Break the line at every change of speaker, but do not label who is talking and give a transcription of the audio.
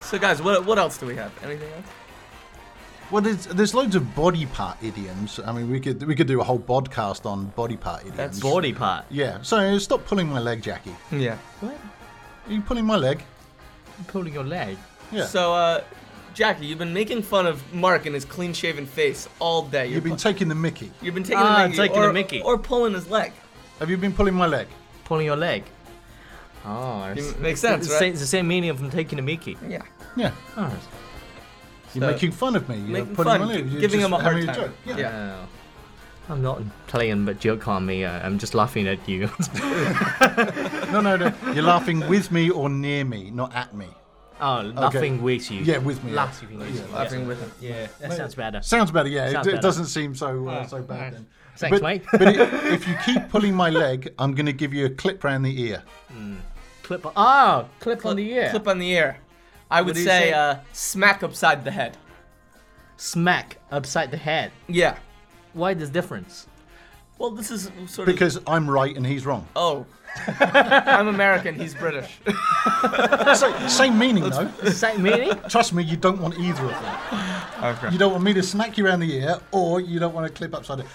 So, guys, what, what else do we have? Anything else?
Well, there's there's loads of body part idioms. I mean, we could we could do a whole podcast on body part idioms.
That's-
Body part.
yeah. So stop pulling my leg, Jackie.
Yeah.
What?
Are you pulling my leg?
I'm pulling your leg.
Yeah.
So, uh, Jackie, you've been making fun of Mark and his clean shaven face all day. You're
You've been
pu-
taking the Mickey.
you've been taking,
Ah,
the, mickey
taking
or,
the mickey.
Or pulling his leg.
Have you been pulling my leg?
Pulling your leg. Oh, I see.
makes sense,
It's the same-
right?
It's the same meaning of taking a Mickey.
Yeah.
Yeah.
Oh,
You're
So-
making fun of me. You're
Making
pulling
fun,
my leg.
gi-
You're
giving
just
him a hard
having
time.
joke. Yeah.
Yeah.
oh. I'm not playing but joke on me. Uh, I'm just laughing at you.
No, no, no. You're laughing with me or near me, not at me.
oh, laughing with you.
Yeah, with me.
Laughing with you.
Laughing with him.
Yeah, that sounds better.
Sounds better, yeah.
Sounds
it,
better.
it doesn't seem so uh,
Oh,
so bad then.
Thanks,
but,
mate.
but i- if you keep pulling my leg, I'm going to give you a clip round the ear.
Clip on. Oh, clip on the ear.
Clip on the ear. I would
do
say,
you say?
Uh, smack upside the head.
Smack upside the head.
Yeah.
Why this difference?
Well, this is sort of.
Because I'm right and he's wrong.
Oh. I'm American, he's British.
So, same meaning, though.
Same meaning?
Trust me, you don't want either of them.
Okay.
You don't want me to smack you around the ear, or you don't want to clip upside it.